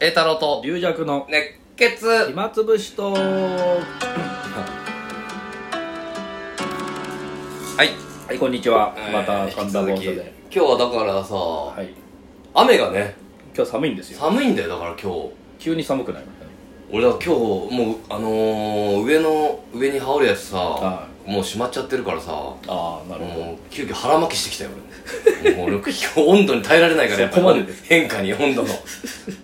栄太郎と龍弱の熱血暇つぶしとはい、はいこんにちはまたえー神田引ゴンきザ続きで今日はだからさ、はい雨がね今日寒いんですよ寒いんだよだから今日急に寒くない俺は今日もうあのー、上の上に羽織るやつさ、はもう閉まっちゃってるからさもああなるほどう急遽腹巻きしてきたよ俺もう俺気候温度に耐えられないからやっぱりそこまでです変化に温度の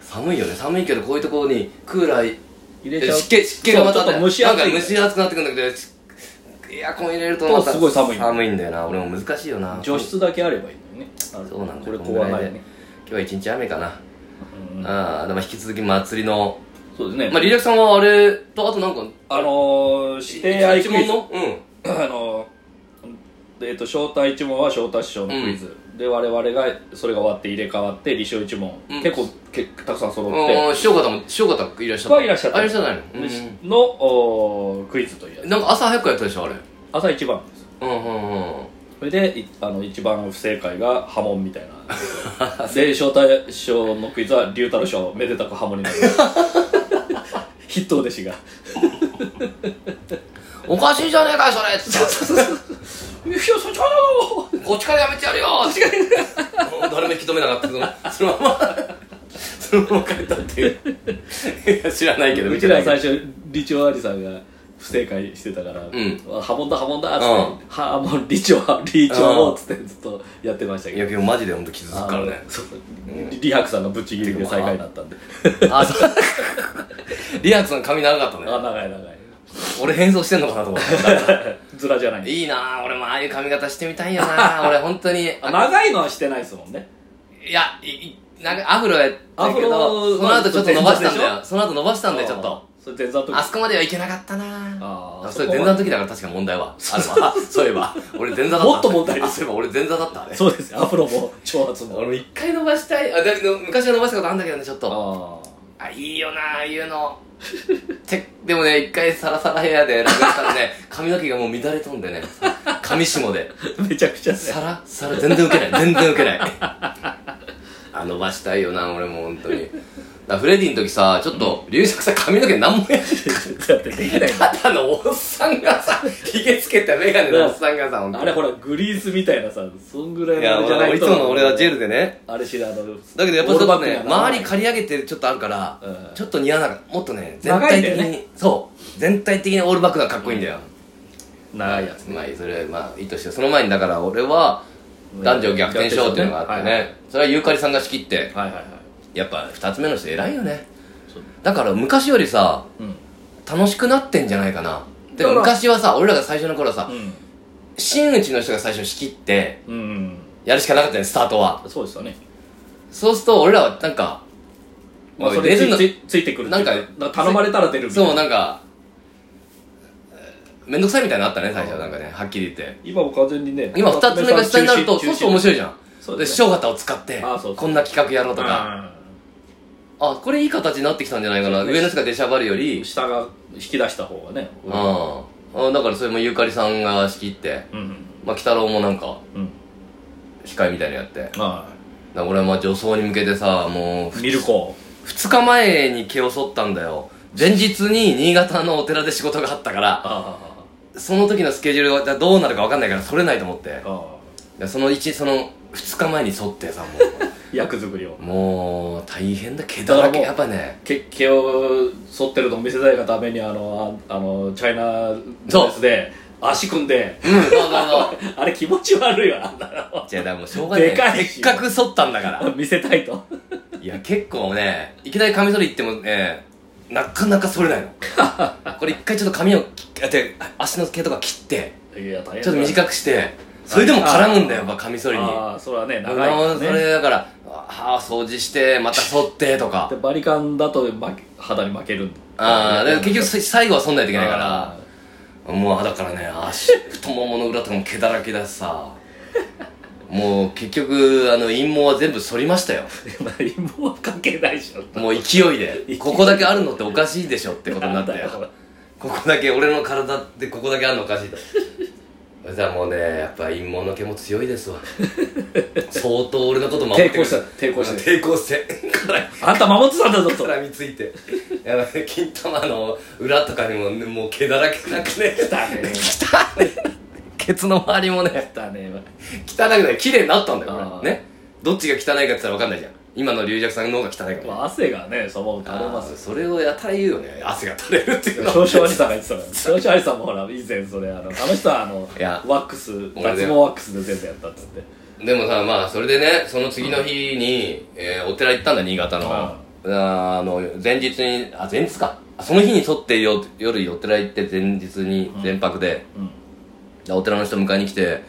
寒いよね寒いけどこういうところにクーラー入れちゃう湿気湿気がまたそうちょっと蒸し暑いなんか蒸し暑くなってくんだけどしエアコン入れるとまとたすごい寒い寒いんだよな俺も難しいよな除湿だけあればいいのねそうなんだこよれこんぐ怖らないでいね今日は一日雨かな、うんああでも引き続き祭りのそうですねまあリラクさんはあれとあとなんかあのー指定愛一ク問イズのう あのーえっと翔太一問は翔太師匠のクイズで我々がそれが終わって入れ替わって李翔一問うん結構けたくさん揃んってうん塩方も塩方いらっしゃったはいらっしゃったあいらっしゃないの、でのおークイズといううやん、つなんか朝早くやったでしょあれ朝一番ですうんうんうんそれでいあの一番不正解が波紋みたい なで正太師匠のクイズは龍太郎師匠めでたく波紋になる 筆頭弟子がおかしいじゃねえかよそれつって「いやそっちかこっちからやめてやるよ 誰も引き止めなかったけどそのま まそのまま帰ったっていういや知らないけどう見ちてならいけど最初理長ありさんが不正解してたから「ん波紋だ波紋だ」っつって「はもう理長理長」っつってずっとやってましたいけどや今日マジで本当傷つくからねあのそう李白さんのぶっちぎりで最下位だったんであそう リアクさん髪長かったあね長い長い 俺変装してんのかなと思ったずらじゃない いいなあ俺もああいう髪型してみたいよなあ俺本当にあ長いのはしてないですもんねいやいいなんかアフロやったけアフどロその後ちょっと伸ばしたんだまよその後伸ばしたんだよちょっあとーそれ前座の時あそこまではいけなかったなあーそれ前座の時だから確か問題はあるわそういえば俺前座だったもっと問題ですあそういえよば俺前座だったあれそうですよアフロも長髪も俺も一回伸ばしたいあだけど昔は伸ばしたことあるんだけどねちょっとああいいよなああいうの てでもね一回サラサラヘアで落語したら ね髪の毛がもう乱れ飛んでね髪下であめちゃくちゃねサラサラ全然ウケない全然ウケ ないあ伸ばしたいよな俺も本当にだからフレディの時さちょっと龍作さん髪の毛何もやってだってできないただのおっさんがさひげつけた眼鏡のおっさんがさ本当にあれほらグリースみたいなさそんぐらいいやのじゃない俺いつもの俺はジェルでねあれしらあのだけどやっぱちょっとねオールバックにはならな周いり刈り上げてちょっとあるから、うんちょっと似合わなかったもっとね全長い体んだ的よに、ねそう全体的にオールバックがかっこいいんだよ、長いやつまあそれまあいいとしてその前にだから俺は男女逆転賞っていうのがあってね、はいはいそれはユーカリさんが仕切ってはいはいはいやっぱ2つ目の人偉いよねそうだから昔よりさうん楽しくなってんじゃないかなでだから昔はさ俺らが最初の頃さ、うん真打ちの人が最初仕切ってうんやるしかなかったねスタートはそうですよねそうすると俺らはなんか、まあおいそれ出るのついついてくるっていうなんか頼まれたら出るみたいなそうなんかえーめんどくさいみたいなのあったね最初はなんかねはっきり言って今も完全にね今2つ目が下になるとそうすると面白いじゃんそうでです師ね匠方を使ってあそうそうこんな企画やろうとかかあこれいい形になってきたんじゃないかなそうね上の人が出しゃばるより下が引き出した方がねうんあだからそれもゆかりさんが仕切ってうんまあ鬼太郎もなんかうん司会みたいなのやってだかはら俺はまあ女装に向けてさもういミルコ2日前に毛を剃ったんだよ前日に新潟のお寺で仕事があったからあその時のスケジュールがどうなるか分かんないから剃れないと思ってあああでその1その2日前に剃ってさも役作りを うもう大変だ毛だらけやだっぱねけ毛を剃ってるのを見せたいがためにあのああのチャイナそうのやつで足組んでうんそうそうそうあれ気持ち悪いわあ んなのじゃあだからもうしょうがないでかいしせっかく剃ったんだから見せたいといや結構ねいきなり髪剃り行ってもねなかなか剃れ ないのこれ一回ちょっと髪を切って足の毛とか切っていや大変ちょっと短くしてそれでも絡むんだよやっぱ髪剃りにああそれはねだ長からいそですねれだから歯掃除してまた剃ってとか でバリカンだと負け肌に負けるんだああだから結局最後は剃んないといけないかあらもうだからね足太ももの裏とかも毛だらけだしさもう結局あの陰毛は全部剃りましたよー 何も関係ないでしょもう勢い でここだけあるのっておかしいでしょってことになったよんだよここだけ俺の体ってここだけあるのおかしいとじゃあもうねやっぱ陰謀の毛も強いですわ相当俺のこと守って抵くれ抗した抵抗して抵抗してから あんた守ってたんだぞと絡みついてやばい金玉の裏とかにもねもう毛だらけなくねたね汚ね ケツの周りもね来たね汚くない綺麗になったんだよあこーれねどっちが汚いかって言ったら分かんないじゃん今の龍尺さんの方が汚いかまもあ汗がねそのまま垂れますあーそれをやたら言うよね汗が垂れるっていうの少々兄さんが言ってたから少々兄さんもほら以前それあのあの人はあのいやワックス脱毛俺ワでックスで全部やったっつって でもさまあそれでねその次の日に、えーお寺行ったんだ新潟の、あーあの前日にあ前日かあその日に沿ってよ夜お寺行って前日にうん前泊で、うんでお寺の人迎えに来て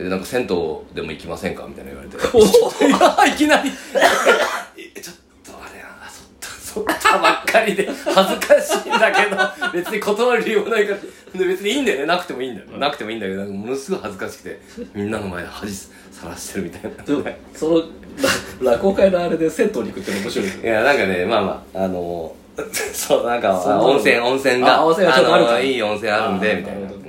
えなんか銭湯でも行きませんかみたいな言われておおいきなりえちょっとあれなそったそったばっかりで恥ずかしいんだけど 別に断る理由もないからで別にいいんだよねなくてもいいんだよ、ねなくてもいいんだけどなんかものすごい恥ずかしくてみんなの前で恥さらしてるみたいなそのら落語会のあれで銭湯に行くって面白いいや、なんかね、まあまあ、あの、 そう、なんか、そんなの温泉、温泉が、あ温泉がちょっとあるからのいい温泉あるんあで、ーみたいな。なうるん。ほ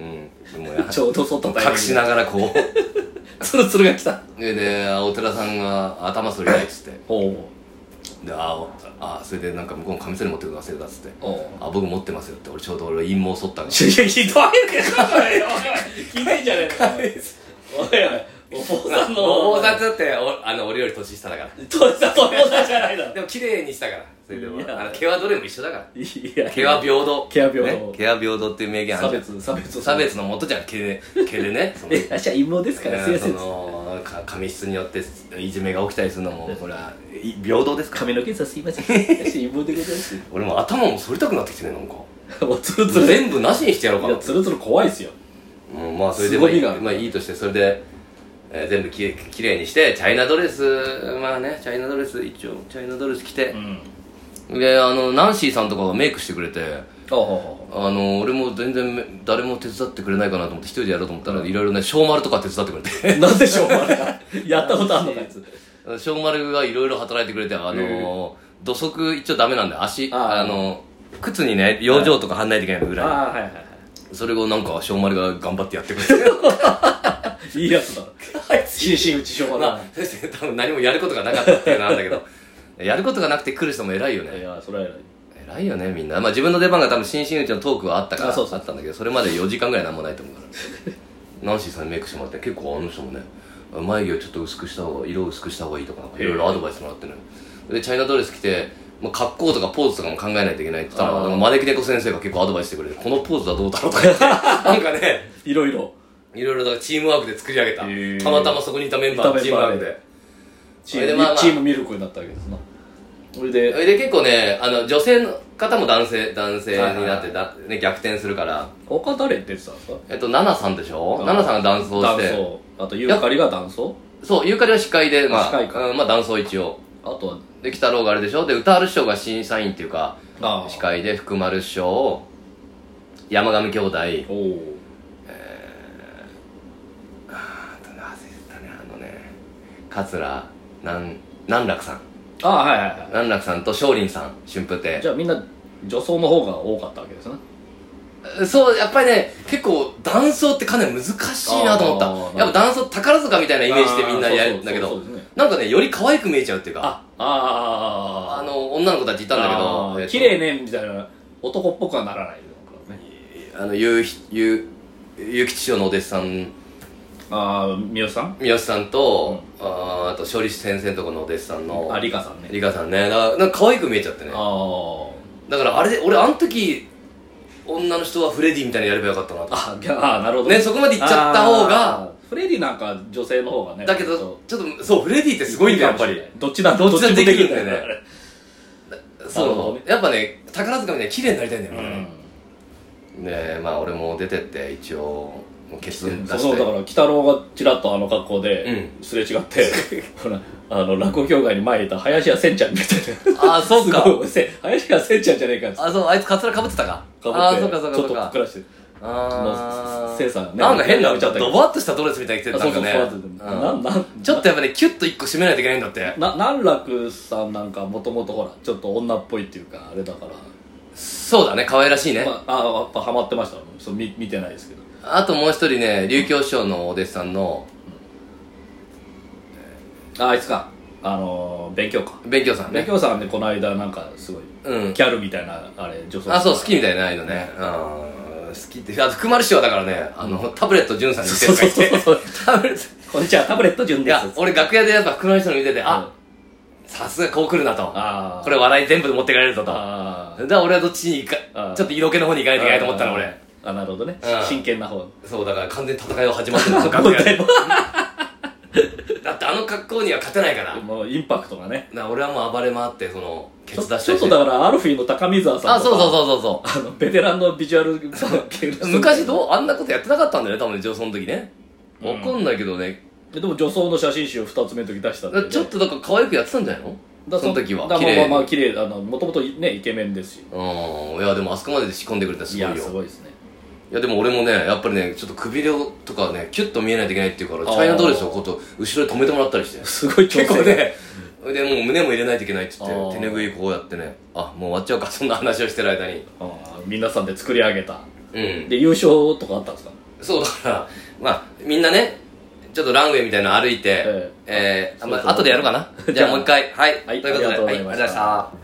でもやはちょうど外り、隠しながらこう。 ツルツルが来たで、で、お寺さんが頭剃りたいっつって。おうで、あおあ、それでなんか向こうもカミソリ持ってくださいだっつって。おうあ、僕持ってますよって、俺ちょうど俺陰謀剃ったの。いやひどいけどおいおいひどいじゃねえかおいおいお 坊さんのお坊さんだって、おあの、俺より年下だから。としたお坊さんじゃないだろでも綺麗にしたから。それでもい、やあの毛はどれも一緒だ から。いや毛は平等。毛は平等ね毛は平等っていう名言ある差じゃん別差別差別のもとじゃん、毛で、毛でね。そのえ あっしは陰謀ですからすいまそせんのか髪質によっていじめが起きたりするのもこれはい平等ですか髪の毛さすい ません私陰謀でございます俺もう頭も剃りたくなってきてねなんか もうツルツル全部なしにしてやろうかいやなツルツル怖いっすようんまあそれで凄もみいい,、があるまあ、いいとしてそれで、えー全部きれきれいにしてチャイナドレスまあねチャイナドレス一応チャイナドレス着て、んであのナンシーさんとかがメイクしてくれてあああの俺も全然め誰も手伝ってくれないかなと思って一人でやろうと思ったらいろいろね小丸とか手伝ってくれ てなんでしょうあれ がやったことあんのかあいつ小丸がいろいろ働いてくれてあのー土足一応ダメなんだ足あーあのー靴にね養生とか貼んないといけないぐらい、ああはいはいはそれをなんか小丸が頑張ってやってくれていいいやつだはい心身打ちしょうまがあ先生 多分何もやることがなかったっていうのはあるんだ けどやることがなくて来る人も偉いよないいねやそれは偉い偉いよねみんな、まあ、自分の出番が多分新真打ちのトークはあったからあそうそうあったんだけどそれまで4時間ぐらいなんもないと思うから ナンシーさんにメイクしてもらって結構あの人もね眉毛をちょっと薄くした方が色を薄くした方がいいとかなんかいろいろアドバイスもらってねでチャイナドレス着て、まあ、格好とかポーズとかも考えないといけないって言ったあらーでも招き猫先生が結構アドバイスしてくれてこのポーズはどうだろうとか 言ってなんかねいろいろいろいろだからチームワークで作り上げた、へーたまたまそこにいたメンバーのチームワークでチそれでームまあまあチームミルクになったわけですなそれでそれで結構ねあの女性の方も男性男性になってはだ、ね、逆転するから他誰出てたんですかえっと、ナナさんでしょあナナさんが男装し男て。装あとユーカリが男装そう、ユーカリは司会で、まあ、司会かうんまあ、男装一応。あとはで、北郎があれでしょで、歌ある師匠が審査員っていうか、あ司会で福丸師匠、山上兄弟、えおおー、あとね、忘れてたね、あのね、桂、なん、南楽さん。ああはいはいは南楽さんと松林さん、春風いじ亭。ゃあみんな女装の方が多かったわけですねそう、やっぱりね、結構、男装ってかなり難しいなと思あーなるほった。どやっぱ男装宝塚みたいなイメージでみんなやるんだけあーどそうそう、そうそうですねなんかね、より可愛く見えちゃうっていうか。あああの女の子たちいたんだけあどーえっと綺麗ねみたいな男っぽくはならないなんかねあのゆうひゆうゆうきち師匠のお弟子さんああ三好さん三好さんと、あーあと勝利師先生のとこのお弟子さんのあリカさんね理香さんねだからなんか可愛く見えちゃってねあだからあれ俺あの時女の人はフレディみたいにやればよかったなーとあギャ あーなるほどねそこまで行っちゃった方があーフレディなんか女性の方がねだけどちょっとそうフレディってすごいんだよやっぱりどっちだどっちだってできるんだよねどっちもでなるほどそねうやっぱね宝塚みたいに綺麗になりたいんだよきねるんだよねねまあ俺も出てって一応決う心ん出そうしてそうだから鬼太郎がちらっとあの格好ですれ違って、 ほらあの落語協会に前にいた林家せんちゃんみたいなあーそっかすごいせ林家せんちゃんじゃねえかっつっ てあそうあいつカツラかぶってたかかぶってあーそうかそうかちそょっうとふかっくらしてるあのーせいさんねなんか変なちゃったけどドバッとしたドレスみたいに着てあたそなうんかそうねそうなうんんなんちょっとやっぱねキュッと一個締めないといけないんだってな南楽さんなんかもともとほらちょっと女っぽいっていうかあれだからそうだね可愛らしいね、まあ、あやっぱハマってましたそう見見てないですけどあともう一人ね琉球師匠のお弟子さんのああいつかあのー勉強か勉強さん勉ね強さんでこの間なんかすごい、うんキャルみたいなあれ女装あそう好きみたいなのないのねうん好きってあと福丸師匠はだからねあのタブレット潤さんに似てるとか言ってそ うそうタブレットこんにちはタブレット 順いですや俺楽屋でやっぱ福丸師匠の見ててああさすがこう来るなとあーこれ笑い全部持ってかれるぞとだかあーら俺はどっちに行かあーちょっと色気の方に行かないといけないと思ったの俺あなるほどね、うん真剣な方 そうだから完全に戦いは始ま ってるの楽屋 でだってあの格好には勝てないからだかもうインパクトがねら俺はもう暴れ回ってそのケちょツちょ出したりっしてとだからアルフィーの高見沢さんあとそうかそうそうそうそうあのベテランのビジュアル系の人昔どうあんなことやってなかったんだよね多分女装の時ねうわんかんないけどね、でも女装の写真集を2つ目の時出したんでね、ちょっとだから可愛くやってたんじゃないのだその時はだ綺まあまあまあ麗綺麗あのもともとねイケメンですしうんいやでもあそこまで仕込んでくれたらすいごいよやいやすごいですねでも俺もねやっぱりねちょっとくびれとかねキュッと見えないといけないっていうからあーチャイナドレスをこと後ろで止めてもらったり してすごい調整結構ねでもう胸も入れないといけないっつってあー手拭いこうやってねあもう終わっちゃうかそんな話をしてる間にあー皆さんで作り上げたうんで優勝とかあったんですかそうだからまあみんなねちょっとランウェイみたいなの歩いてええーあまそうそうあ 後でやろうかなじゃあもう一回はい、はいということでありがとうはあございましたりがとうございました